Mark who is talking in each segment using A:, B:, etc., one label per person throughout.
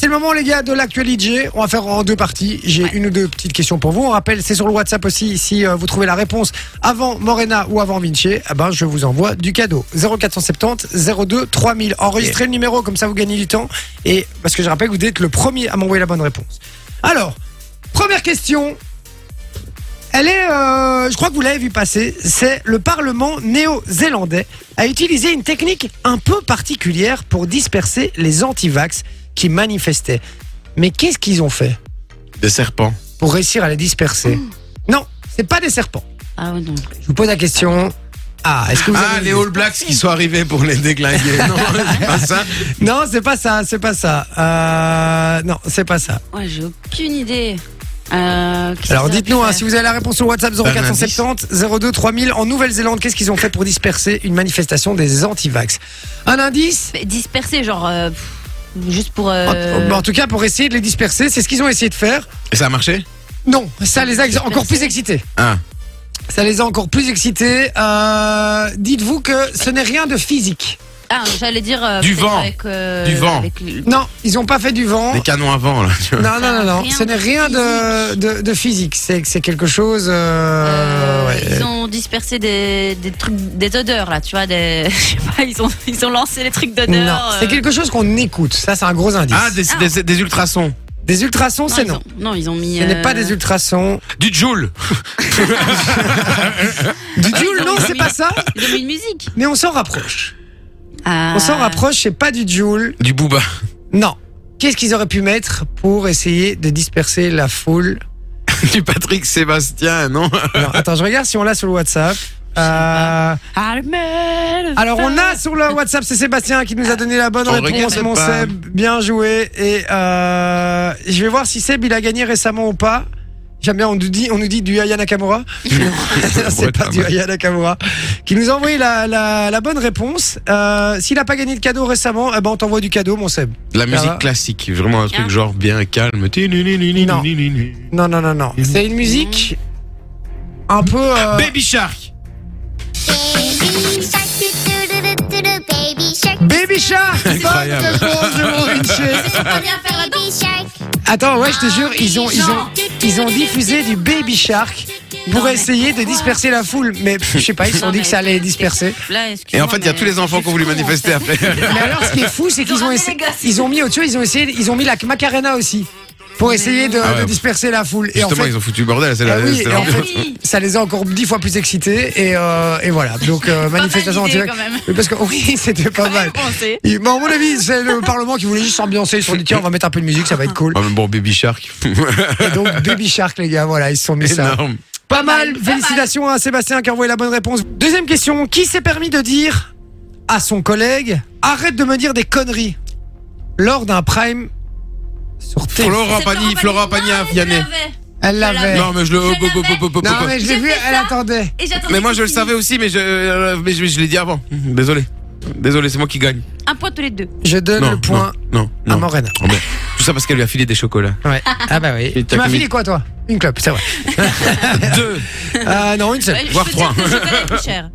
A: C'est le moment les gars de l'actualité. On va faire en deux parties. J'ai une ou deux petites questions pour vous. On rappelle, c'est sur le WhatsApp aussi. Si euh, vous trouvez la réponse avant Morena ou avant Vinci, eh ben, je vous envoie du cadeau. 0470 02 3000. Enregistrez le numéro, comme ça vous gagnez du temps. Et parce que je rappelle que vous êtes le premier à m'envoyer la bonne réponse. Alors, première question. Elle est, euh, je crois que vous l'avez vu passer, c'est le Parlement néo-zélandais a utilisé une technique un peu particulière pour disperser les anti-vax qui manifestaient. Mais qu'est-ce qu'ils ont fait
B: Des serpents.
A: pour réussir à les disperser Non, c'est pas des serpents.
C: Ah ouais, non.
A: Je vous pose la question. Ah, est-ce que vous
B: Ah,
A: avez-
B: les All Blacks qui sont arrivés pour les déglinguer. non, c'est pas ça.
A: Non, c'est pas ça, c'est pas ça. Euh, non, c'est pas ça.
C: Ouais, j'ai aucune idée. Euh, qu'est-ce
A: Alors
C: qu'ils auraient
A: dites-nous
C: pu
A: hein,
C: faire
A: si vous avez la réponse au WhatsApp
B: Ben, un
A: 0470 02 3000 en Nouvelle-Zélande, qu'est-ce qu'ils ont fait pour disperser une manifestation des anti-vax Un indice
C: Mais Disperser, genre. euh, pff, juste pour. euh,
A: Oh, bah, En- En tout cas, pour essayer de les disperser, c'est ce qu'ils ont essayé de faire.
B: Et ça a marché
A: Non, ça les a ex- encore plus
C: Disperser.
A: excités.
B: Ah,
A: Ça les a encore plus excités. Euh, dites-vous que ce n'est rien de physique.
C: Ah, j'allais dire. euh,
B: Du
C: peut-être
B: vent.
C: Avec, euh,
B: Du vent.
C: avec le-
A: Non, ils n'ont pas fait du vent.
B: des canons avant, là. tu vois.
A: Non, non, non, non.
C: Rien
A: Ce n'est
C: de
A: rien de, de, de physique. C'est c'est quelque chose. euh,
C: euh,
A: ouais.
C: Ils ont dispersé des, des trucs, des odeurs là, tu vois, des, je sais pas, ils ont, ils ont lancé les trucs d'odeur.
A: Non,
C: euh.
A: c'est quelque chose qu'on écoute. Ça, c'est un gros indice.
B: Ah, des, des- des ultrasons.
A: des ultrasons,
C: Non,
A: c'est
C: ils
A: non.
C: ont- non, ils ont mis.
A: Ce n'est pas
C: euh,
A: des ultrasons.
B: Du Joule.
A: Du
C: Ah,
A: Joule,
C: ils
A: non,
C: ont
A: c'est
C: mis-
A: pas ça.
C: Ils ont mis une musique.
A: Mais on s'en rapproche.
C: Ah.
A: On s'en rapproche, c'est pas du Joule.
B: Du Booba.
A: Non. Qu'est-ce qu'ils auraient pu mettre pour essayer de disperser la foule
B: Du Patrick Sébastien, non
A: Non, Attends, je regarde si on l'a sur le WhatsApp. Euh,
C: Armel.
A: alors on a sur le WhatsApp, c'est Sébastien qui nous a donné la bonne
B: On
A: réponse,
B: regarde
A: mon
B: pas.
A: Seb. Bien joué. Et euh, je vais voir si Seb il a gagné récemment ou pas. J'aime bien, on nous dit, on nous dit du Aya Nakamura.
B: Ça pourrait
A: c'est
B: être
A: pas
B: pas
A: du
B: mal.
A: Aya Nakamura. Qui nous a envoyé la, la, la bonne réponse. Euh, S'il a pas gagné de cadeau récemment, eh ben on t'envoie du cadeau, mon Seb.
B: De la
A: Ça va
B: musique classique. Vraiment un truc
C: Ah.
B: genre bien calme.
A: Non. Non, non, non, non. C'est une musique un peu. euh,
B: Baby Shark.
D: Baby shark, do do do do do, baby shark.
A: Baby Shark
B: Incroyable.
A: Bonne réponse de mon Vinci.
D: Baby shark,
A: Attends, ouais, je te jure, ils ont, ils ont, ils ont diffusé du Baby Shark pour
C: Non, mais
A: essayer de disperser la foule. Mais pff, je sais pas, ils se sont
C: Non,
A: dit que
C: mais
A: ça allait les
C: c'est-
A: disperser.
C: Là,
B: Et
C: excuse-moi,
B: en fait, il y a
C: mais
B: tous les enfants qui ont voulu
C: c'est fou, en
B: manifester
C: fait.
B: après.
A: Mais alors, ce qui est fou, c'est qu'ils ont
C: Ramenez
A: essayé,
C: les gosses.
A: ils ont mis autre chose, ils ont essayé, ils ont mis la Macarena aussi pour essayer de,
B: Ah ouais.
A: de disperser la foule. Et en
B: Justement,
A: fait,
B: ils ont foutu le bordel. C'est
A: Ah
B: la-
A: oui,
B: c'est
A: et
B: la-
A: en fait,
C: Oui.
A: ça les a encore dix fois plus excités et, euh, et voilà. Donc euh, manifestation
C: d'idée,
A: anti-vax.
C: quand même.
A: Oui, Parce que oui, c'était pas
C: Quand même
A: mal.
C: pensé.
A: Il- Mais à mon avis, c'est le Parlement qui voulait juste s'ambiancer. Ils se sont dit tiens, on va mettre un peu de musique, ça va être cool.
B: Ah, mais bon, Baby Shark.
A: Et donc Baby Shark, les gars, voilà, ils se sont mis ça.
B: Énorme.
A: Pas mal. Félicitations à Sébastien qui a envoyé la bonne réponse. Deuxième question. Qui s'est permis de dire à son collègue arrête de me dire des conneries lors d'un prime sur TF1
B: Flora Pagny, Flora Pagny,
C: Non, mais je
B: Vianney.
C: l'avais.
A: Elle l'avait.
C: l'avais.
A: Non,
B: Non, mais je oh, le.
C: Je l'avais.
B: pop, pop, pop, pop.
A: mais je l'ai
C: J'ai
A: vu,
C: fait
A: elle
C: ça.
A: attendait.
C: Et j'attendais
B: Mais moi,
C: qu'il
B: je le
C: finisse.
B: savais aussi, mais je, euh, mais je, je l'ai dit avant. Mmh, Désolé. Désolé, c'est moi qui gagne.
C: Un point tous les deux.
A: Je donne
B: Non,
A: le point à
B: non, non. non.
A: Morena.
B: Oh, merde. Tout ça parce qu'elle lui a filé des chocolats.
A: Ouais. Ah bah oui.
B: Et
A: Tu
B: t'as
A: m'as
B: commis-
A: filé quoi toi Une clope, c'est vrai.
B: Deux.
A: Euh, non, une seule.
C: Ouais, je
B: Voire
C: peux
B: trois.
C: dire que le chocolat est plus cher.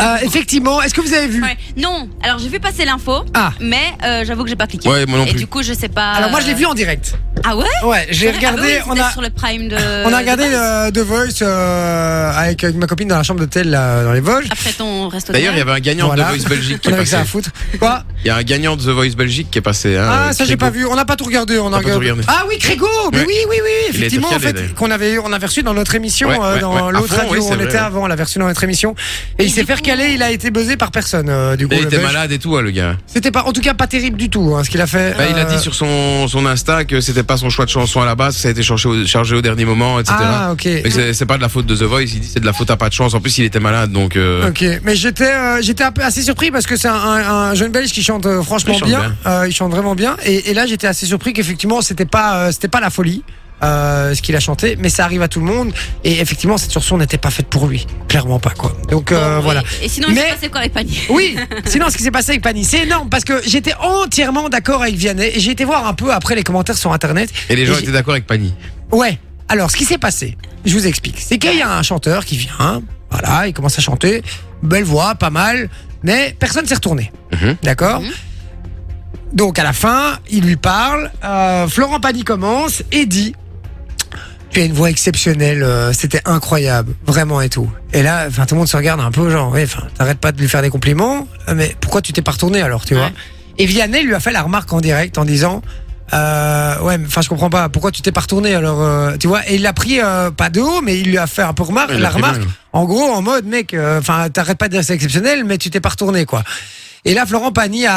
A: Euh, effectivement, est-ce que vous avez vu
C: Ouais. Non, alors j'ai vu passer l'info,
A: Ah.
C: mais euh, j'avoue que j'ai pas cliqué.
B: Ouais, moi non
C: Et
B: plus.
C: du coup, je sais pas.
A: Alors moi je l'ai
C: euh,
A: vu en direct.
C: Ah ouais
A: Ouais, j'ai
C: Ah oui,
A: regardé.
C: vous
A: on
C: êtes
A: a
C: sur le prime de.
A: on a
C: de
A: regardé
C: base.
A: euh, The Voice euh, avec euh, ma copine dans la chambre d'hôtel là, dans les Vosges.
C: Après ton resto.
B: D'ailleurs, il y
C: d'honneur.
B: avait un gagnant
A: Voilà.
B: de Ah, The Voice Belgique qui
A: On
B: est
A: avait que ça
B: passé.
A: à foutre. Quoi
B: Il y a un gagnant de The Voice Belgique qui est passé. hein,
A: Ah,
B: euh,
A: ça j'ai
B: Grégo.
A: pas vu. On n'a pas tout regardé. On a
B: T'as pas tout regardé.
A: Ah oui, Crégo. Mais
B: Ouais.
A: oui, oui, oui.
B: Il a été
A: Effectivement, en
B: regardé,
A: fait,
B: d'ailleurs.
A: qu'on avait, on avait reçu dans notre émission,
B: Ouais,
A: euh,
B: ouais,
A: dans
B: ouais. À
A: l'autre
B: fond,
A: radio
B: oui,
A: où
B: c'est
A: on
B: vrai,
A: était
B: ouais.
A: avant, on l'avait reçu dans notre émission. Et,
C: Et
A: il s'est
C: du
A: fait
C: coup-
A: recaler. Il a été buzzé par personne. euh, du coup,
B: Il
A: le
B: était
A: Belge.
B: malade et tout, hein, le gars.
A: C'était pas, en tout cas, pas terrible du tout. hein, ce qu'il a fait.
B: Bah, Il a
A: Euh,
B: dit sur son, son Insta que c'était pas son choix de chanson à la base, ça a été chargé au, chargé au dernier moment, etc.
A: Ah ok.
B: Et que c'est- C'est pas de la faute de The Voice, il dit c'est de la faute à pas de chance. En plus, il était malade, donc. euh,
A: Ok, mais j'étais euh, j'étais un peu assez surpris parce que c'est un, un- un jeune belge qui chante euh, franchement
B: Il chante
A: bien,
B: bien.
A: Euh, il chante vraiment bien et, et là j'étais assez surpris qu'effectivement c'était pas euh, c'était pas la folie euh, ce qu'il a chanté, mais ça arrive à tout le monde et effectivement cette chanson n'était pas faite pour lui, clairement pas quoi. Donc euh,
C: Bon, oui.
A: voilà.
C: Et sinon,
A: Mais-
C: il s'est passé quoi avec Panier
A: Oui, sinon ce qui s'est passé avec Pani, c'est énorme parce que j'étais entièrement d'accord avec Vianney et j'ai été voir un peu après les commentaires sur internet
B: Et les gens
A: Et j'ai-
B: étaient d'accord avec Pani.
A: Ouais. Alors, ce qui s'est passé, je vous explique. C'est qu'il y a un chanteur qui vient, voilà, il commence à chanter, belle voix, pas mal, mais personne s'est retourné.
B: Mhm.
A: D'accord Donc à la fin, il lui parle. euh, Florent Pagny commence et dit Tu as une voix exceptionnelle, euh, c'était incroyable, vraiment et tout. Et là, enfin, tout le monde se regarde un peu, genre, ouais, enfin, t'arrêtes pas de lui faire des compliments, euh, mais pourquoi tu t'es pas retourné alors, tu vois
C: Ouais.
A: Et Vianney lui a fait la remarque en direct en disant euh, Ouais, mais, enfin, je comprends pas, pourquoi tu t'es pas retourné alors, euh, tu vois Et il l'a pris euh, pas de haut, mais il lui a fait un peu remarque,
B: Il
A: la
B: l'a pris
A: remarque.
B: mal.
A: En gros, en mode, mec, euh, enfin, t'arrêtes pas de dire c'est exceptionnel, mais tu t'es pas retourné, quoi. Et là, Florent Pagny a,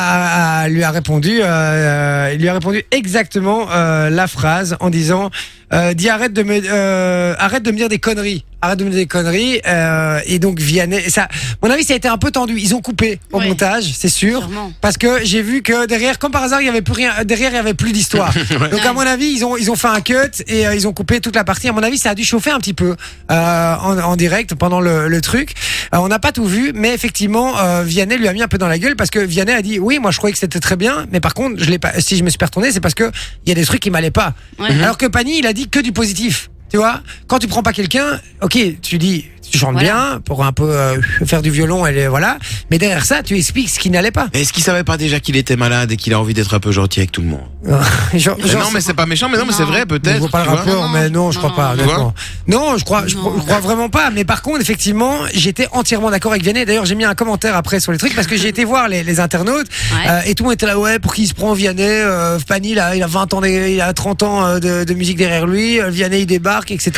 A: a- lui a répondu, euh, il lui a répondu exactement euh, la phrase en disant, euh, dis arrête de me, euh, arrête de me dire des conneries, arrête de me dire des conneries. euh, et donc Vianney, ça, à mon avis, ça a été un peu tendu. Ils ont coupé au
C: Ouais.
A: montage, c'est sûr,
C: Sûrement.
A: parce que j'ai vu que derrière, comme par hasard, il y avait plus rien, euh, derrière, il y avait plus d'histoire. Donc à
C: Ouais.
A: mon avis, ils ont ils ont fait un cut et euh, ils ont coupé toute la partie. À mon avis, ça a dû chauffer un petit peu euh, en, en direct pendant le, le truc. Euh, on n'a pas tout vu, mais effectivement, euh, Vianney lui a mis un peu dans la gueule parce que Vianney a dit oui, moi je croyais que c'était très bien, mais par contre, je l'ai pas. Si je me suis pas retourné, c'est parce que il y a des trucs qui m'allaient pas.
C: Ouais. Mm-hmm.
A: Alors que Pani, il a dit que du positif. Tu vois, quand tu prends pas quelqu'un, ok, tu dis tu chantes
C: Voilà.
A: bien pour un peu euh, faire du violon et les- voilà, mais derrière ça, tu expliques ce qui n'allait pas.
B: Est-ce qu'il savait pas déjà qu'il était malade et qu'il a envie d'être un peu gentil avec tout le monde
A: Euh, Genre-
B: Mais
A: genre,
B: Non, mais c'est pas méchant, mais non, mais
C: Non.
B: c'est vrai,
A: Je
B: peut-être.
A: vois pas
B: tu
A: le
B: vois.
A: rapport,
C: Non,
A: mais non,
C: non,
A: je crois
C: non,
A: pas.
B: non.
A: honnêtement. Non, je crois, je,
C: Non.
A: je crois vraiment pas. Mais par contre, effectivement, j'étais entièrement d'accord avec Vianney. D'ailleurs, j'ai mis un commentaire après sur les trucs parce que j'ai été voir les, les internautes
C: Ouais.
A: euh, et tout le monde était là. Ouais, pour qui il se prend Vianney euh, Fanny, là, il a 20 ans, des- il a 30 ans euh, de, de musique derrière lui. euh, Vianney, il débarque, etc.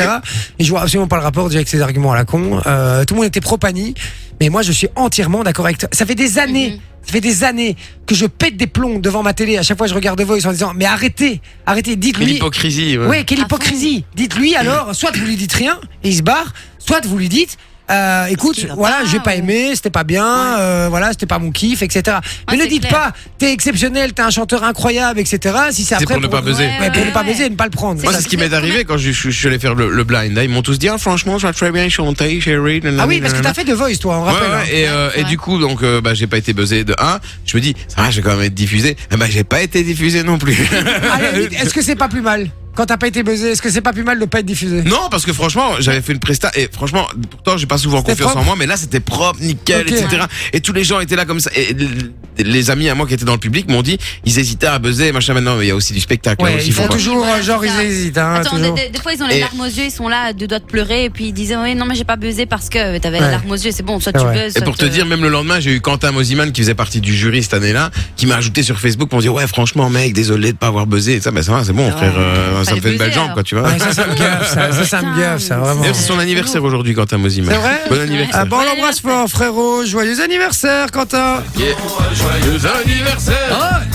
A: Et je vois absolument pas le rapport déjà avec ces arguments à la con. Euh, tout le monde était pro Pani, mais moi, je suis entièrement d'accord avec toi. Ça fait des années.
C: Mhm.
A: Ça fait des années que je pète des plombs devant ma télé. À chaque fois, je regarde The Voice en disant Mais arrêtez, arrêtez,
B: Mais
A: dites-lui.
B: l'hypocrisie, ouais.
A: Ouais, quelle
C: À
A: hypocrisie Dites-lui alors, soit vous lui dites rien et il se barre, soit vous lui dites. euh, écoute,
C: qu'il va
A: voilà,
C: pas,
A: j'ai pas
C: ou-
A: aimé, c'était pas bien, euh, voilà, c'était pas mon kiff, etc. Mais
C: Ouais,
A: ne
C: c'est
A: dites
C: clair.
A: pas, t'es exceptionnel, t'es un chanteur incroyable, etc. Si c'est
B: C'est
A: après
B: pour ne pas baiser.
A: Ouais, pour ne pas
C: Ouais, ouais.
A: baiser et ne pas le prendre.
B: Moi,
C: C'est
B: c'est
C: ça.
B: ce qui m'est arrivé quand je, je- je suis allé faire le, le blind. hein. Ils m'ont tous dit, ah, franchement, ça va très bien chanter, chérie.
A: ah oui, parce que t'as
B: nanana.
A: fait The Voice, toi, on
B: Ouais,
A: rappelle.
B: ouais,
A: hein.
B: et, euh,
C: Ouais, c'est
B: et
C: vrai.
B: du coup, donc, euh, bah, j'ai pas été buzzé de 1. Je me dis, ça va, je vais quand même être diffusé. Eh ben, j'ai pas été diffusé non plus.
A: À la limite, Est-ce que c'est pas plus mal quand t'as pas été buzzé Est-ce que c'est pas plus mal de pas être diffusé
B: non, parce que franchement, j'avais fait une presta et franchement, pourtant, j'ai pas souvent
A: C'était
B: confiance en
A: propre.
B: moi, mais là, c'était propre, nickel,
A: Ok.
B: etc. Et tous les gens étaient là comme ça. Et l- les amis à moi qui étaient dans le public m'ont dit, ils hésitaient à buzzer, machin. Maintenant, il y a aussi du spectacle. là
A: Ouais,
B: aussi,
A: ils
B: faut
A: font
B: pas-
A: toujours, euh,
C: Voilà,
A: genre,
C: c'est
A: ils
C: ça.
A: hésitent. hein,
C: Attends,
A: toujours.
C: des, des- des fois ils ont les
B: Et-
C: larmes aux yeux, ils sont là à deux doigts de pleurer et puis ils disent oui non mais j'ai pas buzzé parce que t'avais
A: Ouais.
C: les larmes aux yeux, c'est bon, soit tu
A: Et ouais.
C: buzzes.
B: Et
C: soit,
B: pour te
C: euh,
B: dire, même le lendemain, j'ai eu Quentin Mosiman qui faisait partie du jury cette année-là, qui m'a ajouté sur Facebook pour me dire ouais franchement mec, désolé de pas avoir buzzé. Et ça, ben ça va, c'est bon
C: Ouais.
B: frère, euh, ça me
C: Fallait
B: fait une belle
C: buzzer,
B: jambe quoi, tu vois.
A: Ouais, ça, ça me gaffe, ça, ça, ça me
C: Putain,
A: gaffe, ça,
C: mais
A: vraiment.
B: D'ailleurs, c'est son anniversaire aujourd'hui, Quentin Mosiman.
A: C'est vrai
B: Bon anniversaire.
A: Ah, bon, on l'embrasse fort, frérot. Joyeux anniversaire, Quentin.
B: Joyeux anniversaire.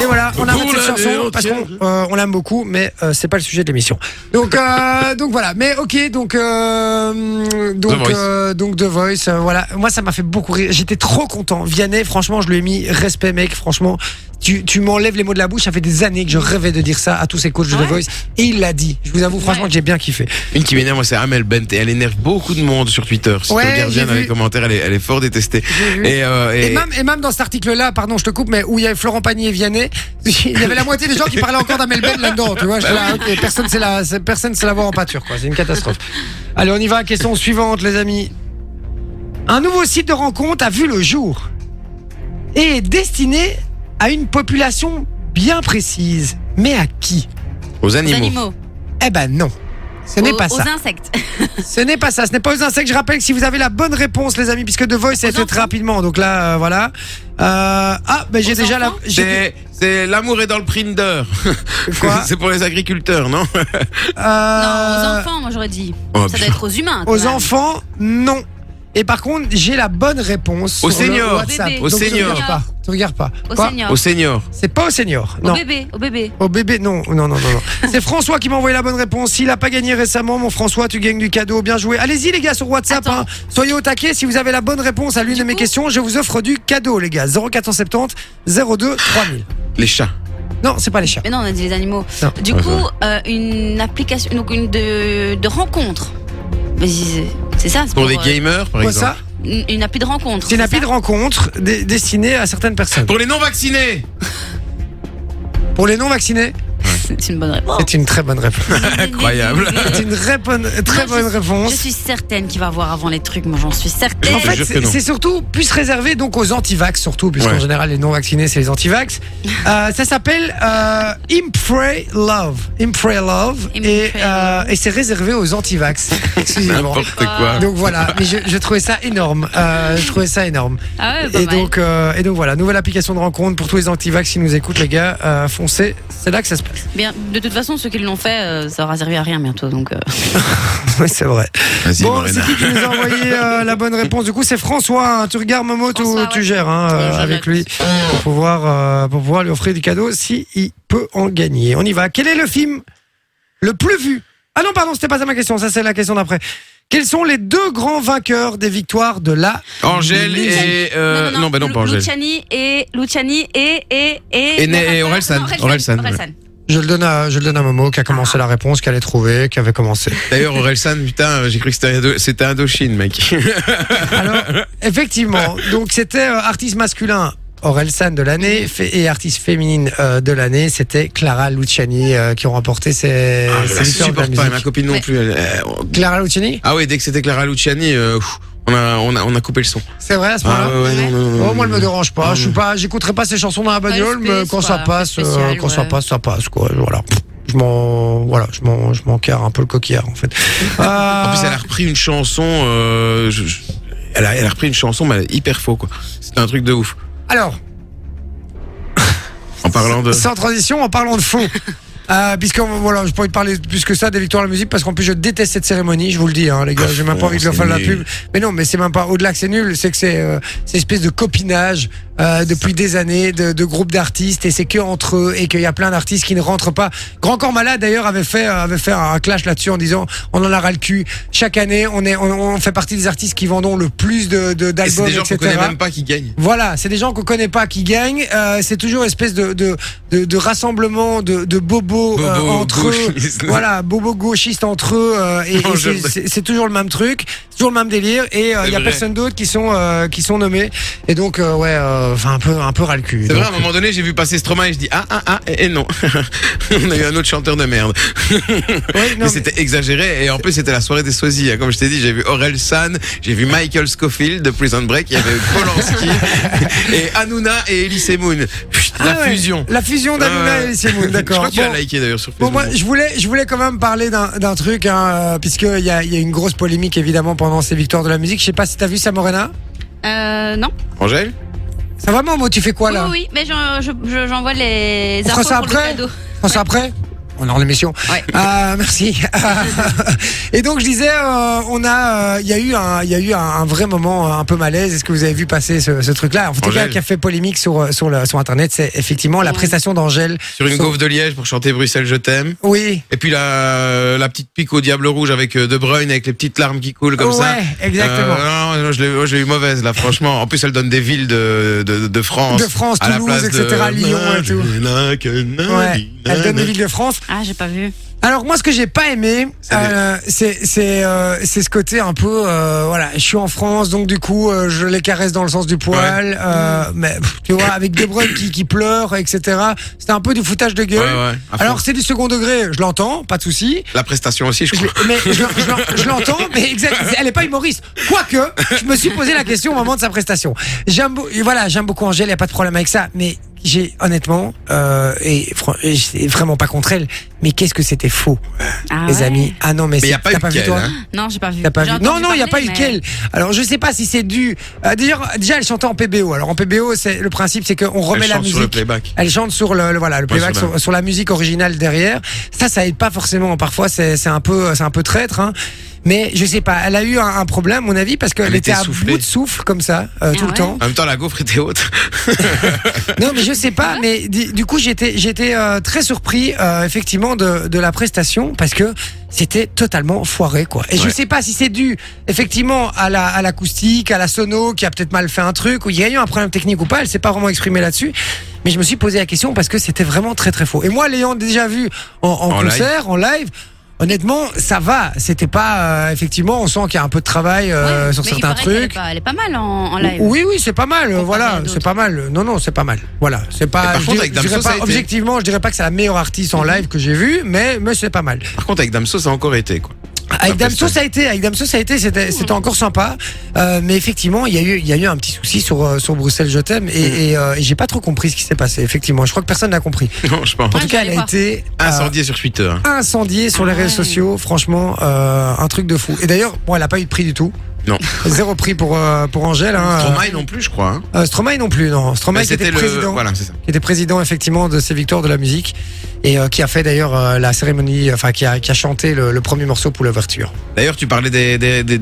A: Et voilà, on arrête
B: Pour
A: cette
B: l'année
A: chanson parce qu'on
B: entière.
A: euh, on l'aime beaucoup, mais euh, c'est pas le sujet de l'émission. Donc euh, donc voilà, mais ok, donc euh,
B: The
A: donc
B: Voice.
A: euh, donc The Voice, euh, voilà. Moi ça m'a fait beaucoup rire. J'étais trop content. Vianney, franchement, je lui ai mis respect, mec. Franchement, tu tu m'enlèves les mots de la bouche. Ça fait des années que je rêvais de dire ça à tous ces coachs de
C: Ouais.
A: The Voice, et il l'a dit. Je vous avoue, franchement,
C: Ouais.
A: que j'ai bien kiffé.
B: Une qui m'énerve, moi, c'est Amel Bent et elle énerve beaucoup de monde sur Twitter. Si
A: Ouais,
B: tu regardes
A: j'ai
B: bien dans
A: vu.
B: les commentaires, elle est, elle est fort détestée. Et, euh,
A: Et même, et même dans cet article-là, pardon, je te coupe, mais où il y avait Florent Pagny et Vianney, il y avait la moitié des gens qui parlaient encore d'Amel Ben là-dedans, tu vois. j'étais là, ok, personne sait la, c'est- personne sait la voir en pâture, quoi. C'est une catastrophe. Allez, on y va. Question suivante, les amis. Un nouveau site de rencontre a vu le jour et est destiné à une population bien précise. Mais à qui
B: aux
C: aux
B: animaux.
C: animaux.
A: Eh ben non. Ce n'est
C: Aux-
A: pas ça.
C: Aux insectes.
A: Ce n'est pas ça, ce n'est pas aux insectes. Je rappelle que si vous avez la bonne réponse, les amis, puisque The Voice a été
C: enfants
A: très rapidement, donc là, euh, voilà. Euh, ah, ben j'ai
C: Aux
A: déjà la.
C: enfants
A: j'ai-
B: C'est c'est l'amour est dans le printer.
A: Quoi
B: c'est pour les agriculteurs, non
A: Euh,
C: Non, aux enfants, moi j'aurais dit.
B: Oh,
C: ça doit être aux humains. quand
A: Aux
C: même.
A: enfants, non. Et par contre, j'ai la bonne réponse.
B: Aux
A: sur le
B: seniors.
A: WhatsApp.
C: Bébé.
B: Aux
A: Donc, tu
B: seniors.
A: regardes pas. Tu regardes pas.
C: Aux
A: Quoi
C: seniors.
B: Aux seniors.
A: C'est pas aux seniors.
C: Au
A: Non.
C: bébé, au bébé.
A: Au Oh, bébé, non, non, non, non. non. C'est François qui m'a envoyé la bonne réponse. S'il a pas gagné récemment, mon François, tu gagnes du cadeau. Bien joué. Allez-y, les gars, sur WhatsApp.
C: Attends.
A: hein. Soyez au taquet. Si vous avez la bonne réponse à l'une de mes
C: coup
A: questions, je vous offre du cadeau, les gars. 0470 02 3000.
B: Les chats.
A: Non, c'est pas les chats.
C: Mais non, on a dit les animaux.
A: Non.
C: Du
B: Ouais,
C: coup, euh, une application, donc une de, de rencontre. Mais c'est- C'est ça, c'est
B: Pour des
C: euh,
B: gamers, par
A: Quoi ça
B: exemple.
C: une, une appli de rencontre.
A: C'est une appli
C: ça
A: de rencontre dé- destinée à certaines personnes.
B: Pour les non vaccinés.
A: Pour les non vaccinés
C: C'est une bonne réponse.
A: C'est une très bonne réponse.
B: Incroyable.
A: C'est une très bonne, très
C: Moi,
A: bonne réponse.
C: Je suis certaine qu'il va voir avant les trucs, moi j'en suis certaine.
A: En
B: Je te
A: fait,
B: jure que
A: c'est-
B: non.
A: c'est surtout plus réservé donc aux anti-vax surtout, puisqu'en
B: Ouais.
A: général les non-vaccinés c'est les anti-vax. Euh, ça s'appelle euh, Impray Love, Impray Love, et,
C: Impray
A: euh, et c'est réservé aux anti-vax. Excusez-moi.
B: N'importe quoi.
A: Donc voilà, mais je, je trouvais ça énorme. Euh, je trouvais ça énorme.
C: Ah ouais, pas
A: Et
C: mal.
A: donc, euh, et donc voilà, nouvelle application de rencontre pour tous les anti-vax qui nous écoutent, les gars. Euh, foncez, c'est là que ça se passe.
C: Bien, de toute façon, ceux qui l'ont fait, euh, ça aura servi à rien bientôt. Donc, euh,
A: Ouais, c'est vrai.
B: Vas-y,
A: Bon, c'est
B: Morena.
A: qui qui nous a envoyé euh, la bonne réponse Du coup, c'est François. hein. Tu regardes Momo, tu-
C: François,
A: tu
C: ouais.
A: gères hein, euh,
C: Je
A: avec
C: note.
A: lui pour pouvoir, euh, pour pouvoir lui offrir du cadeau si il peut en gagner. On y va. Quel est le film le plus vu Ah non, pardon, c'était pas ça ma question. Ça, c'est la question d'après. Quels sont les deux grands vainqueurs des victoires de la
B: Angèle et. euh, Non, bah non,
C: Lu-
B: pas Angèle.
C: Luciani et. Luciani et. Et. Et.
B: Et né- et
C: non,
B: Orelsan.
C: non,
B: Orelsan, ouais.
C: Orelsan.
A: Je le donne à, je le donne à Momo qui a commencé la réponse, qui allait trouver, qui avait commencé.
B: D'ailleurs, Orelsan, putain, j'ai cru que c'était Indo- c'était Indochine,
A: Ah,
B: mec.
A: Alors, effectivement, donc c'était euh, artiste masculin. Orelsan de l'année fé- et artiste féminine euh, de l'année, c'était Clara Luciani euh, qui ont remporté ces
B: Ah, je
A: victoires de
B: la
A: la
B: supporte pas, et ma
A: musique.
B: copine non
C: Ouais.
B: plus. elle- elle- on-
A: Clara Luciani
B: Ah oui, dès que c'était Clara Luciani, euh, pff, on, a, on, a, on a coupé le son.
A: C'est vrai à ce
B: Ah
A: point-là
B: ouais, ouais, Ah, non, non, non,
A: Oh,
B: non,
A: moi, elle me
B: non.
A: dérange pas. Je suis pas, j'écouterai pas ces chansons dans la bagnole,
C: Respect,
A: mais quand
C: c'est
A: ça
C: pas
A: passe, euh,
C: spécial,
A: quand ça
C: ouais.
A: passe, ça passe, quoi. Voilà. Je m'en, voilà, je m'en, je m'en carre un peu le coquillard, en fait. Euh,
B: En plus, elle a repris une chanson. euh, je- je- elle, a, elle a repris une chanson, mais hyper faux, quoi. C'était un truc de ouf.
A: alors,
B: En parlant de.
A: Sans transition, en parlant de fond. Euh, puisque voilà, je pourrais te parler plus que ça des victoires de la musique parce qu'en plus je déteste cette cérémonie, je vous le dis, hein, les gars, j'ai même pas
B: Oh,
A: envie de leur
B: c'est
A: faire de la
B: nul.
A: pub. Mais non, mais c'est même pas au-delà que c'est nul, c'est que c'est euh, cette espèce de copinage euh, depuis des années de, de groupes d'artistes et c'est que entre eux et qu'il y a plein d'artistes qui ne rentrent pas. Grand Corps Malade d'ailleurs avait fait euh, avait fait un clash là-dessus en disant on en a ras le cul. Chaque année, on est on, on fait partie des artistes qui vendons le plus de de-
B: Et c'est
A: d'albums,
B: des gens
A: etc.
B: qu'on connaît même pas qui gagnent.
A: Voilà, c'est des gens qu'on connaît pas qui gagnent. Euh, c'est toujours une espèce de, de, de, de rassemblement de, de bobos euh,
B: Bobo,
A: entre
B: gauchiste.
A: eux. Voilà, bobos gauchistes entre eux. euh, et et
B: Non, je-
A: c'est- c'est- c'est toujours le même truc, c'est toujours le même délire. Et il
B: C'est
A: y a
B: vrai.
A: personne d'autre qui sont euh, qui sont nommés. Et donc euh, ouais, euh, enfin un peu un peu ras le cul.
B: C'est
A: Donc,
B: vrai, à un moment donné, j'ai vu passer Stromae et je dis Ah, ah, ah, et, et non. on a eu un autre chanteur de merde.
A: ouais, non,
B: mais c'était exagéré. Et en plus, c'était la soirée des sosies. hein. Comme je t'ai dit, j'ai vu Aurel San, j'ai vu Michael Scofield de Prison Break, il y avait Polanski, et Hanouna et Elise Moon. Pfft,
A: Ah
B: la
A: ouais,
B: fusion.
A: La fusion d'Anouna
B: Ouais.
A: et Elise Moon,
B: Je crois
A: d'accord.
B: que tu
A: Bon.
B: as liké d'ailleurs sur
A: Bon,
B: Facebook.
A: moi, je voulais, je voulais quand même parler d'un d'un truc, hein, puisqu'il y a, il y a une grosse polémique évidemment pendant ces victoires de la musique. Je sais pas si t'as vu ça, Morena.
C: Euh, non.
B: Angèle
A: Ça va, Momo Tu fais quoi là
C: Oui, oui, oui, mais j'en- je- je- j'envoie les
A: On fera
C: infos
A: ça
C: pour le
A: après
C: cadeau.
A: On sait après on est en émission.
C: Ouais.
A: Euh, merci. et donc je disais, euh, on a, euh, il y a eu un, il y a eu un, un vrai moment euh, un peu malaise. Est-ce que vous avez vu passer ce, ce truc-là En tout cas,
B: Angèle.
A: qui a fait polémique sur euh, sur le, sur internet, c'est effectivement la
C: Ouais.
A: prestation d'Angèle.
B: Sur une
A: Sur-
B: gaufre de Liège pour chanter Bruxelles, je t'aime.
A: Oui.
B: Et puis la, la petite pique au Diable Rouge avec euh, De Bruyne, avec les petites larmes qui coulent comme
A: ouais,
B: ça.
A: exactement.
B: Euh, non, non, je l'ai- moi, je l'ai eu mauvaise là, franchement. En plus, elle donne des villes de, de, de France.
A: De France,
B: à la
A: Toulouse,
B: place de-
A: etc., Lyon et tout. Ouais. Elle donne les villes de France.
C: Ah, j'ai pas vu.
A: Alors moi, ce que j'ai pas aimé,
B: C'est
A: euh, c'est c'est euh, c'est ce côté un peu euh, voilà, je suis en France, donc du coup, euh, je les caresse dans le sens du poil, euh, mais pff, tu vois, avec des brunes qui qui pleurent, etc. C'était un peu du foutage de
B: Ouais,
A: gueule.
B: ouais, à fond.
A: Alors c'est du second degré, je l'entends, pas de souci.
B: la prestation aussi, je
A: Je
B: crois.
A: l'ai- mais je, l'en- je l'en- je l'entends, mais exact, elle est pas humoriste. Quoique, je me suis posé la question au moment de sa prestation. J'aime, beau- et voilà, j'aime beaucoup Angèle, y a pas de problème avec ça, mais j'ai honnêtement, euh, et, fran- et c'est vraiment pas contre elle, mais qu'est-ce que c'était faux,
C: Ah,
A: les
C: ouais.
A: amis. Ah non, mais,
B: Mais
A: c'est-
B: y a pas
A: t'as
B: eu
A: pas vu
B: qu'elle,
A: toi.
B: hein.
C: Non, j'ai pas vu.
A: T'as pas
C: J'ai
A: vu
C: entendu
A: Non, non, il n'y a pas
C: parler,
A: eu
C: mais-
A: quel. Alors, je sais pas si c'est dû. euh, D'ailleurs, déjà, elle chantait en PBO. Alors, en PBO, c'est le principe, c'est qu'on remet
B: Elle
A: la
B: chante sur le
A: musique.
B: playback.
A: Elle chante sur le, le- voilà le
B: Ouais,
A: playback,
B: sur la-
A: sur, sur la musique originale derrière. Ça, ça aide pas forcément. Parfois, c'est c'est un peu, c'est un peu traître. Hein. Mais je sais pas. Elle a eu un, un problème, à mon avis, parce qu'elle
B: Elle
A: était,
B: était
A: à
B: soufflée.
A: bout de souffle comme ça euh,
C: Ah
A: tout le
C: ouais.
A: temps.
B: En même temps, la gaufre était haute.
A: Non, mais je sais pas. Mais du du coup, j'étais, j'étais euh, très surpris euh, effectivement de, de la prestation parce que c'était totalement foiré, quoi. Et je
B: Ouais.
A: sais pas si c'est dû effectivement à la à l'acoustique, à la sono, qui a peut-être mal fait un truc, ou il y a eu un problème technique ou pas. Elle s'est pas vraiment exprimée là-dessus. Mais je me suis posé la question parce que c'était vraiment très très faux. Et moi, l'ayant déjà vu en, en
B: En
A: concert, en live. Honnêtement, ça va. C'était pas. euh, effectivement, on sent qu'il y a un peu de travail euh,
C: Ouais,
A: sur
C: mais il
A: certains
C: paraît qu'elle est
A: trucs.
C: pas- Elle est pas mal en, en live.
A: Oui, oui, c'est pas mal.
C: Comparé à
A: Voilà,
C: d'autres.
A: c'est pas mal. Non, non, c'est pas mal. Voilà, c'est
B: Et
A: pas.
B: par
A: je
B: contre,
A: dirais-
B: avec
A: je dirais
B: Damso, ça
A: pas-
B: a été- Mhm.
A: objectivement, je dirais pas que c'est la meilleure artiste en live que j'ai vue, mais, mais c'est pas mal.
B: Par contre, avec Damso, ça a encore été, quoi.
A: Avec
B: Après,
A: Damso,
B: Ah, bah, ça-
A: ça a été. Avec Damso, ça a été.
C: Mhm.
A: C'était, c'était encore sympa. Euh, mais effectivement, il y a eu, il y a eu un petit souci sur euh, sur Bruxelles, je t'aime.
B: Mhm.
A: Et, et, euh, et j'ai pas trop compris ce qui s'est passé. Effectivement, je crois que personne n'a compris.
B: Non, je pense.
A: En
C: Ouais,
A: tout
C: je
A: cas,
C: vais
A: elle
C: aller
A: a
C: voir.
A: été euh,
B: Incendié sur Twitter.
A: incendiée sur les
C: Ah
A: réseaux
C: ouais.
A: sociaux. Franchement, euh, un truc de fou. Et d'ailleurs, bon, elle a pas eu de prix du tout.
B: Non.
A: Zéro prix pour euh, pour Angèle. Hein.
B: Stromae non plus, je crois. hein.
A: Euh, Stromae non plus, non. Stromae
B: Mais
A: qui était
B: C'était le.
A: président,
B: Voilà, c'est ça.
A: qui était président effectivement de ces victoires de la musique et euh, qui a fait d'ailleurs euh, la cérémonie, enfin qui a, qui a chanté le, le premier morceau pour l'ouverture.
B: D'ailleurs, tu parlais des, des- des-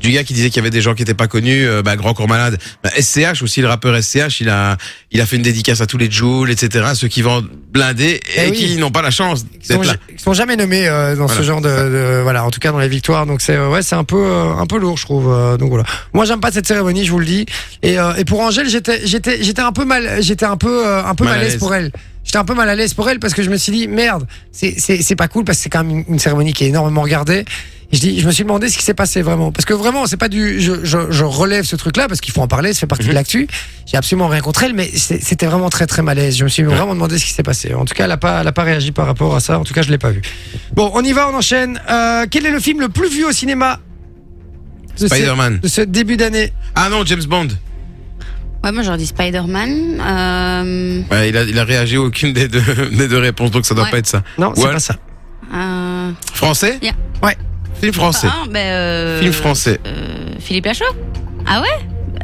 B: du gars qui disait qu'il y avait des gens qui n'étaient pas connus, euh, bah, Grand Corps Malade. Bah, SCH aussi, le rappeur SCH, il a, il a fait une dédicace à tous les Jules, etc., ceux qui vendent blindés et,
A: Eh oui.
B: qui n'ont pas la chance
A: Ils sont,
B: d'être là.
A: ja- ils sont jamais nommés euh, dans
B: Voilà.
A: ce genre de, de- voilà, en tout cas dans les victoires. Donc c'est euh, ouais, c'est un peu euh, un peu lourd, je trouve. euh, donc voilà. Moi, j'aime pas cette cérémonie, je vous le dis. Et, euh, et pour Angèle, j'étais j'étais j'étais un peu mal, j'étais un peu euh, un peu
B: Mal
A: mal
B: à
A: à l'aise
B: l'aise.
A: pour elle. J'étais un peu mal à l'aise pour elle parce que je me suis dit merde, c'est c'est c'est pas cool parce que c'est quand même une, une cérémonie qui est énormément regardée. Et Je dis, je me suis demandé ce qui s'est passé vraiment, parce que vraiment, c'est pas du, je, je, je relève ce truc-là parce qu'il faut en parler, ça fait
B: Mhm.
A: partie de l'actu. J'ai absolument rien contre elle, mais c'est- c'était vraiment très très malaise. Je me suis vraiment demandé ce qui s'est passé. En tout cas, elle a pas, elle a pas réagi par rapport à ça. En tout cas, je l'ai pas vu. Bon, on y va, on enchaîne. Euh, quel est le film le plus vu au cinéma de, ce-
B: Spider-Man.
A: de ce début d'année
B: Ah non, James Bond.
C: Ouais, moi j'aurais dit Spider-Man. Euh,
B: Ouais, il, a, il a réagi à aucune des deux, des deux réponses, donc ça doit
C: Ouais.
B: pas être ça.
A: Non, c'est
B: Ouais.
A: pas ça.
C: euh,
B: Français
C: Yeah.
A: Ouais.
B: Film français.
C: ah, ben, euh,
B: Film français.
C: euh, Philippe Lachaud Ah ouais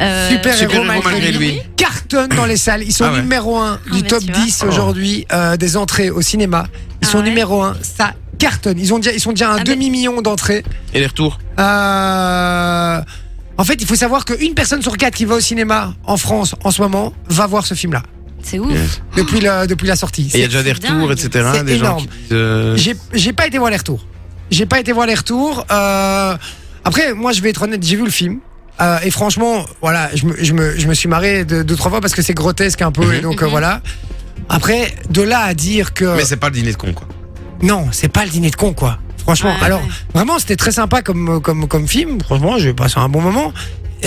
C: Euh,
A: Super
B: Super
A: héros
B: héros malgré
A: malgré
B: lui.
A: Cartonne dans les salles. Ils sont
B: Ah ouais.
A: numéro un
C: Ah,
A: du
C: mais
A: top
C: tu vois. Oh.
A: 10 aujourd'hui euh, des entrées au cinéma. Ils
C: Ah
A: sont
C: ouais.
A: numéro un. Ça cartonne. Ils ont déjà, ils sont déjà à un
C: Ah, mais-
A: demi million d'entrées.
B: Et les retours
A: Euh, En fait, il faut savoir qu'une personne sur quatre qui va au cinéma en France en ce moment va voir ce film-là
C: C'est ouf.
B: Yes.
A: depuis, la- depuis la sortie.
B: Et il y a
A: C'est-
B: déjà des
C: c'est
B: retours,
C: dingue.
B: etc.
A: C'est
B: des gens
A: énorme.
B: qui, euh,
A: J'ai j'ai pas été voir les retours. J'ai pas été voir les retours. Euh, Après, moi, je vais être honnête, j'ai vu le film. Euh, et franchement, voilà, je me, je me, je me suis marré de- deux, trois fois parce que c'est grotesque un peu.
B: Mhm.
A: Et donc, euh, voilà. Après, de là à dire que.
B: Mais c'est pas le dîner de con, quoi.
A: Non, c'est pas le dîner de con, quoi. Franchement,
C: Ouais,
A: alors
C: ouais.
A: vraiment, c'était très sympa comme, comme, comme film. Franchement, j'ai passé un bon moment.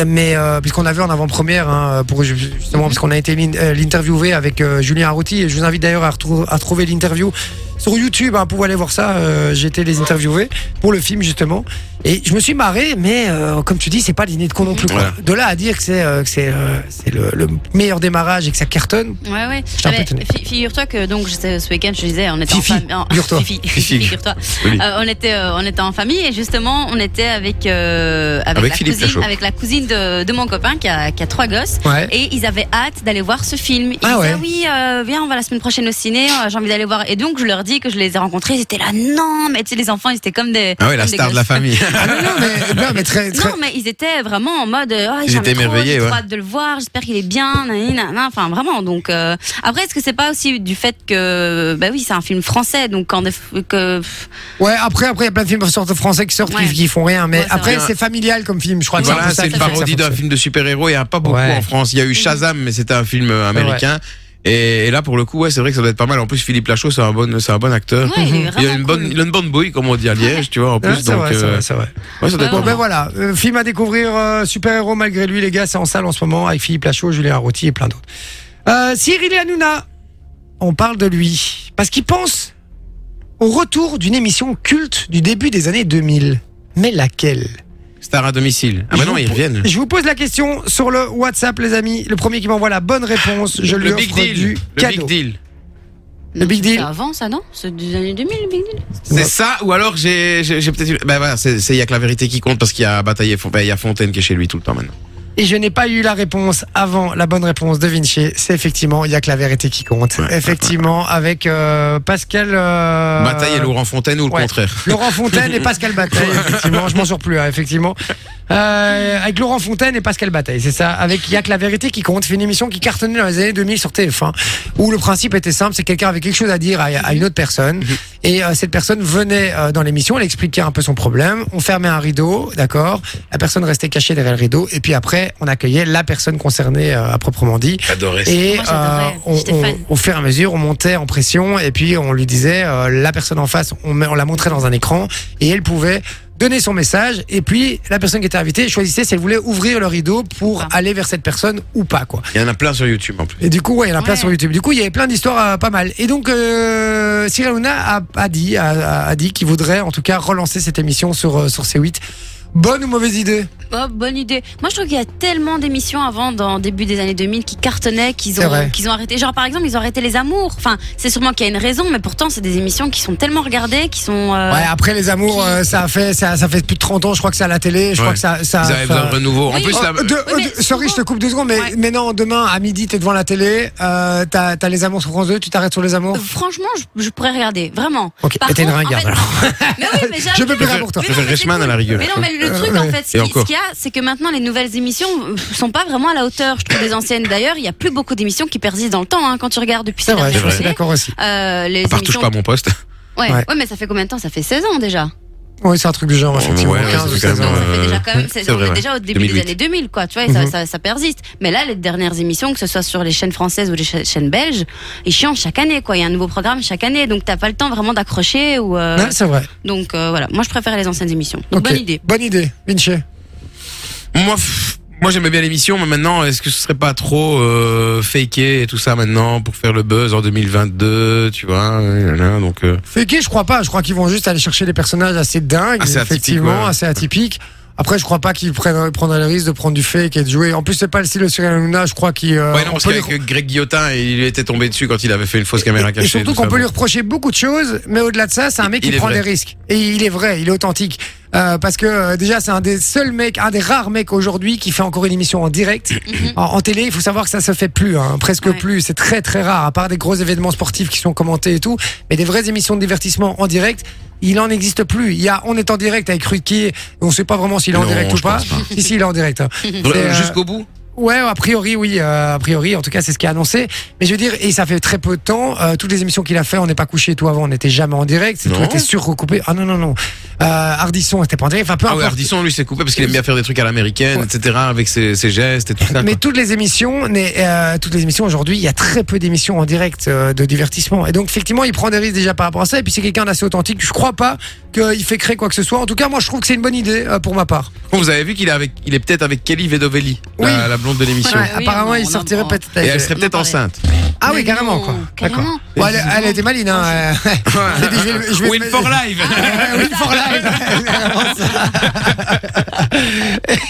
A: Mais euh, puisqu'on avait en avant-première, hein, pour justement parce qu'on a été l'in- euh, l'interviewer avec euh, Julien Arrouti, et je vous invite d'ailleurs à, retrou- à trouver l'interview sur YouTube. Hein, pour aller voir ça, euh, j'ai été les interviewer pour le film justement. Et je me suis marré, mais euh, comme tu dis, c'est pas le dîner de con non plus. quoi.
B: Voilà.
A: De là à dire que c'est euh, que c'est euh, c'est le, le meilleur démarrage et que ça cartonne,
C: Ouais, ouais.
A: J'étais un peu
C: Mais
A: étonné.
C: fi- Figure-toi que donc j'étais- ce week-end, je disais, on était
A: Fifi,
C: en famille. en-
A: figure-toi.
C: Fifi,
B: Fifi.
C: figure-toi.
B: Oui.
C: Euh, on était, euh, on était en famille et justement, on était avec euh, avec,
B: Avec
C: la
B: Philippe
C: cousine,
B: Lachaud.
C: avec la cousine de, de mon copain qui a, qui a trois gosses.
A: Ouais.
C: Et ils avaient hâte d'aller voir ce film. Ils
A: Ah
C: disaient,
A: ouais.
C: oui, euh, viens, on va la semaine prochaine au ciné. euh, J'ai envie d'aller voir. Et donc, je leur dis que je les ai rencontrés. Ils étaient là, non, mais tu sais, les enfants, ils étaient comme des.
B: Ah ouais, la
C: comme des
B: star de la
C: gosses.
B: famille.
A: Ah non, non, mais, non, mais très, très-
C: Non, mais ils étaient vraiment en mode. Oh,
B: Ils étaient émerveillés,
C: J'ai
B: ouais.
C: trop hâte de le voir. J'espère qu'il est bien. Nanani, nanana. Enfin, vraiment. Donc euh, après, est-ce que c'est pas aussi du fait que bah oui, c'est un film français, donc quand des f- que pff,
A: Ouais, après, après, il y a plein de films qui sortent français qui sortent, qui,
C: Ouais.
A: qui font rien. Mais
C: Ouais, c'est
A: après,
B: vrai.
A: c'est familial comme film. Je crois que
B: voilà,
A: c'est un peu
B: c'est
A: ça
B: une
A: qui fait que ça
B: parodie d'un
A: fonctionne.
B: film de super-héros. Il n'y en a pas beaucoup
A: Ouais.
B: en France. Il y a eu Shazam, mais c'était un film euh, américain. Et, et là, pour le coup, ouais, c'est vrai que ça doit être pas mal. En plus, Philippe Lachaud, c'est un bon, c'est un bon acteur.
C: Ouais, il est
B: il a
C: vraiment
B: une bonne,
C: cool.
B: il a une bonne bouille, comme on dit à Liège, tu vois. En plus,
A: Ouais, c'est
B: donc,
A: vrai, c'est
B: euh,
A: vrai, c'est vrai.
B: ouais, ça doit être
A: Bon,
B: pas
A: ben
B: mal.
A: voilà, euh, film à découvrir, euh, super-héros malgré lui, les gars, c'est en salle en ce moment avec Philippe Lachaud, Julien Arrouti et plein d'autres. Euh, Cyril et Hanouna, on parle de lui parce qu'il pense au retour d'une émission culte du début des années 2000. Mais laquelle
B: Star à domicile. Ah,
A: Je
B: bah non,
A: vous
B: ils
A: po-
B: reviennent.
A: Je vous pose la question sur le WhatsApp, les amis. Le premier qui m'envoie la bonne réponse, je lui
B: Le
A: offre
B: big deal.
A: du
B: Le
A: cadeau.
B: big deal.
A: Le Big
C: c'est
A: Deal.
C: avant ça, non C'est des années 2000, le Big Deal.
A: Ouais.
B: C'est ça, ou alors j'ai, j'ai, j'ai peut-être eu- Ben voilà, c'est, c'est- il y a que la vérité qui compte parce qu'il y a Bataille et Fon- ben, il y a Fontaine qui est chez lui tout le temps maintenant.
A: Et je n'ai pas eu la réponse avant la bonne réponse de Vinci. C'est effectivement, il y a que la vérité qui compte.
B: Ouais.
A: effectivement, avec euh, Pascal. euh,
B: Bataille et Laurent Fontaine ou le
A: ouais.
B: contraire.
A: Laurent Fontaine et Pascal Bataille, effectivement. Je m'en sors plus, hein, effectivement. Euh, avec Laurent Fontaine et Pascal Bataille, c'est ça. Avec Il y a que la vérité qui compte. C'est une émission qui cartonnait dans les années 2000 sur TF1, où le principe était simple c'est quelqu'un avait quelque chose à dire à, à une autre personne. Et euh, cette personne venait euh, dans l'émission, elle expliquait un peu son problème. On fermait un rideau, d'accord. La personne restait cachée derrière le rideau. Et puis après, on accueillait la personne concernée euh, à proprement dit.
B: J'adorais ça.
A: Et
C: Moi, j'adorais.
A: on,
C: J'étais
A: on-
C: fan.
A: au fur et à mesure, on montait en pression et puis on lui disait euh, la personne en face, on, met- on la montrait dans un écran et elle pouvait donner son message et puis la personne qui était invitée choisissait si elle voulait ouvrir le rideau pour
C: Ah.
A: aller vers cette personne ou pas quoi.
B: Il y en a plein sur YouTube en plus.
A: Et du coup, ouais, il y en a plein
C: Ouais.
A: sur YouTube. Du coup, il y avait plein d'histoires euh, pas mal. Et donc, euh, Cyril Hanouna a, a dit, a, a- a dit qu'il voudrait en tout cas relancer cette émission sur, euh, sur C8. Bonne ou mauvaise idée
C: Oh, bonne idée. Moi, je trouve qu'il y a tellement d'émissions avant, dans le début des années 2000, qui cartonnaient, qu'ils
A: C'est vrai.
C: ont, qu'ils ont arrêté. Genre, par exemple, ils ont arrêté Les Amours. Enfin, c'est sûrement qu'il y a une raison, mais pourtant, c'est des émissions qui sont tellement regardées, qui sont. euh,
A: Ouais, après les amours,
C: qui-
A: euh, ça a fait ça, ça fait plus de 30 ans, je crois que c'est à la télé, je crois
B: Ouais.
A: que ça ça
B: Ils avaient
A: ça-
B: besoin de renouveau. En
C: Oui.
B: plus,
A: Oh,
B: la-
A: de-
C: Oui,
A: de-
C: mais
A: sorry, je te
C: souvent-
A: coupe deux secondes, mais,
C: Ouais.
A: mais non, demain à midi, t'es devant la télé, euh, t'as t'as les amours sur France 2, tu t'arrêtes sur les amours.
C: Franchement, je, je pourrais regarder, vraiment.
A: Ok,
C: Par
A: mais t'es une
C: contre, en
A: ringarde
C: fait-
A: alors.
C: Mais oui, mais j'ai
A: Je peux
C: arrêté.
A: plus rien pour toi.
B: Je préfère
C: mais c'est
B: Reichmann à la rigueur.
C: Mais non, mais le truc, en fait, ce
B: Et
C: qui- ce
B: encore.
C: qu'il y a, c'est que maintenant, les nouvelles émissions euh, sont pas vraiment à la hauteur, je trouve, des anciennes. D'ailleurs, il y a plus beaucoup d'émissions qui persistent dans le temps, hein, quand tu regardes depuis
A: C'est
C: ces
A: vrai,
C: dernières
A: je suis
C: années.
A: d'accord aussi.
C: Euh, les
B: à part touche
C: émissions...
B: pas à mon poste.
C: ouais.
A: Ouais.
C: ouais, mais ça fait combien de temps Ça fait 16 ans déjà.
A: Oui, c'est un truc du genre,
B: Ouais,
A: effectivement.
B: ouais,
A: 15
B: c'est
A: ou
B: quand
A: 16
B: même,
A: ans.
B: euh,
C: Ça fait déjà quand même, c'est
B: c'est
C: on
B: vrai,
C: est
B: ouais.
C: déjà au début
B: 2008.
C: des années 2000, quoi. Tu vois, et ça,
A: Mhm.
C: ça, ça persiste. Mais là, les dernières émissions, que ce soit sur les chaînes françaises ou les cha- chaînes belges, ils changent chaque année, quoi. Il y a un nouveau programme chaque année, donc t'as pas le temps vraiment d'accrocher ou. euh,
A: Ouais, c'est vrai.
C: donc euh, voilà, moi je préfère les anciennes émissions. Donc
A: Ok.
C: bonne idée.
A: Bonne idée, Vinci.
B: Moi, pff, moi j'aimais bien l'émission, mais maintenant, est-ce que ce serait pas trop euh, faké et tout ça maintenant pour faire le buzz en 2022, tu vois euh, là, Donc, euh,
A: Fake, je crois pas. Je crois qu'ils vont juste aller chercher des personnages assez dingues,
B: Assez atypiques,
A: effectivement,
B: ouais.
A: assez atypiques. Après, je crois pas qu'ils prennent, prendraient le risque de prendre du fake et de jouer. En plus, c'est pas le style de Cyril Hanouna, je crois qu'il. euh,
B: ouais, non,
A: on
B: parce
A: peut les-
B: qu'avec Greg Guillotin, il lui était tombé dessus quand il avait fait une fausse caméra
A: Et
B: cachée.
A: surtout
B: tout
A: qu'on
B: ça,
A: peut lui
B: bon.
A: reprocher beaucoup de choses, mais au-delà de ça, c'est un mec
B: Il
A: qui
B: est
A: prend
B: vrai.
A: des risques. Et il est vrai, il est authentique. Euh, parce que euh, déjà, c'est un des seuls mecs, un des rares mecs aujourd'hui qui fait encore une émission en direct. en, en télé, il faut savoir que ça se fait plus, hein, presque
C: Ouais.
A: plus. C'est très très rare, à part des gros événements sportifs qui sont commentés et tout. Mais des vraies émissions de divertissement en direct, il en existe plus. Il y a, on est en direct avec Ruki, on sait pas vraiment s'il est en
B: Non,
A: direct ou
B: je
A: pas.
B: pense pas.
A: Si, si, il est en direct. hein.
B: Vra-
A: c'est, euh,
B: Jusqu'au bout
A: Ouais, a priori, oui. euh, a priori, en tout cas, c'est ce qui est annoncé. Mais je veux dire, et ça fait très peu de temps. euh, toutes les émissions qu'il a fait, on n'est pas couché et tout avant, on n'était jamais en direct. C'est
B: Non.
A: tout était surcoupé. Ah non, non, non. Euh, Ardisson, c'était pas en direct. Enfin, peu
B: Ah ouais,
A: importe.
B: Ardisson, lui, s'est coupé parce qu'il aime bien faire des trucs à l'américaine,
A: Ouais.
B: etc., avec ses, ses gestes et tout ça.
A: Mais
B: quoi.
A: toutes les émissions, n'est- euh, toutes les émissions aujourd'hui, il y a très peu d'émissions en direct euh, de divertissement. Et donc effectivement, il prend des risques déjà par rapport à ça. Et puis c'est quelqu'un d'assez authentique. Je crois pas qu'il fait créer quoi que ce soit. En tout cas, moi, je trouve que c'est une bonne idée euh, pour ma part.
B: Bon, vous avez vu qu'il est, avec- il est peut-être avec Kelly Vedovelli,
A: Oui.
B: la, la blonde de l'émission.
C: Ouais.
A: Ouais, apparemment,
C: Ah oui,
A: il
C: on en
A: sortirait
C: prend.
A: peut-être.
B: Et
A: avec-
B: elle serait peut-être
C: Non,
B: enceinte.
A: Ah oui,
C: Mais
A: carrément
C: non,
A: quoi.
C: carrément.
A: D'accord. Bon, elle, elle était maline. Hein. Je vais- je vais- je vais-
B: Win for life
A: Win for life.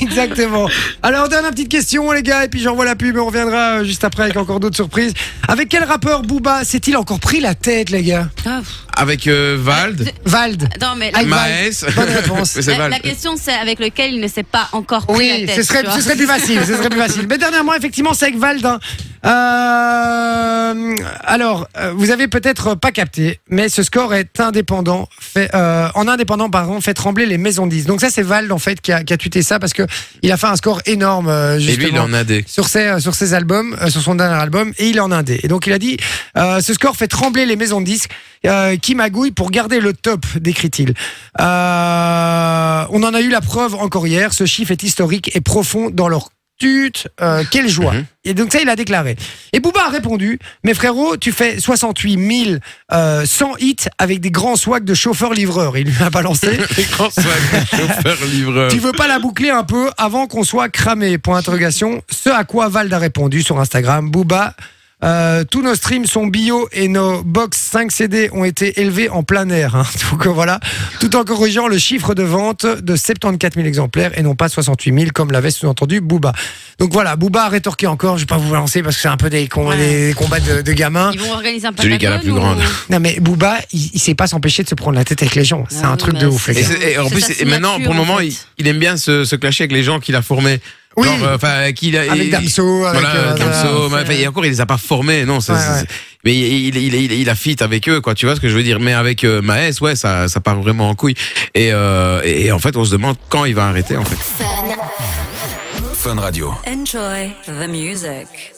A: Exactement. Alors, dernière petite question, les gars, et puis j'envoie la pub et on reviendra euh, juste après avec encore d'autres surprises. Avec quel rappeur Booba s'est-il encore pris la tête, les gars
C: Ah, pff.
B: Avec euh, Vald,
A: Vald.
C: Non, mais
A: Avec
B: Maes.
A: Vald. Bonne réponse. Eh,
B: Mais Ah, c'est
C: la,
B: Vald.
C: la question c'est avec lequel il ne s'est pas encore pris
A: Oui,
C: la tête.
A: ce serait,
C: tu vois.
A: ce serait plus facile, ce serait plus facile. Mais dernièrement, effectivement, c'est avec Vald. hein. Euh, alors, euh, vous avez peut-être pas capté, mais ce score est indépendant, fait, euh, en indépendant, pardon, fait trembler les maisons 10. Donc ça, c'est Vald, en fait, qui a, qui a tweeté ça parce que il a fait un score énorme, euh,
B: Et
A: justement
B: lui, il en a des.
A: sur ses, euh, sur ses albums, euh, sur son dernier album, et il est en indé. Et donc il a dit, euh, ce score fait trembler les maisons de disques euh, qui magouillent pour garder le top, décrit-il. Euh, on en a eu la preuve encore hier, ce chiffre est historique et profond dans leur tute, euh, quelle joie.
B: Mhm.
A: Et donc ça, il a déclaré. Et Booba a répondu, mais frérot, tu fais 68 000 euh, 100 hits avec des grands swags de chauffeur-livreur. Il lui a balancé.
B: chauffeur-livreur.
A: Tu veux pas la boucler un peu avant qu'on soit cramé Point interrogation. Ce à quoi Vald a répondu sur Instagram. Booba. euh, tous nos streams sont bio et nos box 5 CD ont été élevés en plein air. hein. Donc euh, voilà, tout en corrigeant le chiffre de vente de 74 000 exemplaires et non pas 68 000 comme l'avait sous-entendu Booba. Donc voilà, Booba a rétorqué encore. Je vais pas vous lancer parce que c'est un peu des, com-
C: Ouais.
A: des combats de, de gamins.
C: Ils vont organiser un peu
B: Celui qui a la plus grande.
A: Non mais Booba, il, il sait pas s'empêcher de se prendre la tête avec les gens. C'est
C: Ah
A: un
C: oui,
A: truc
C: mais
A: de ouf. les
B: Et,
A: gars.
B: c'est- et en
C: C'est
B: plus,
C: sa
B: et maintenant, pour le
C: signature,
B: moment,
C: en fait.
B: il, il aime bien se, se clasher avec les gens qu'il a formés.
A: Oui.
B: Genre, euh, enfin, qu'il a-
A: Avec
B: il-
A: Damso, avec,
B: voilà,
A: euh,
B: Damso,
C: voilà.
B: enfin, et encore, il les a pas formés, non. c'est-
A: Ouais,
B: c'est-
A: ouais.
B: c'est- Mais il, il, il, il- il a fit avec eux, quoi. Tu vois ce que je veux dire Mais avec euh, Maes, ouais, ça, ça part vraiment en couille. Et, euh, et en fait, on se demande quand il va arrêter, en fait.
E: Fun Radio.
F: Enjoy the music.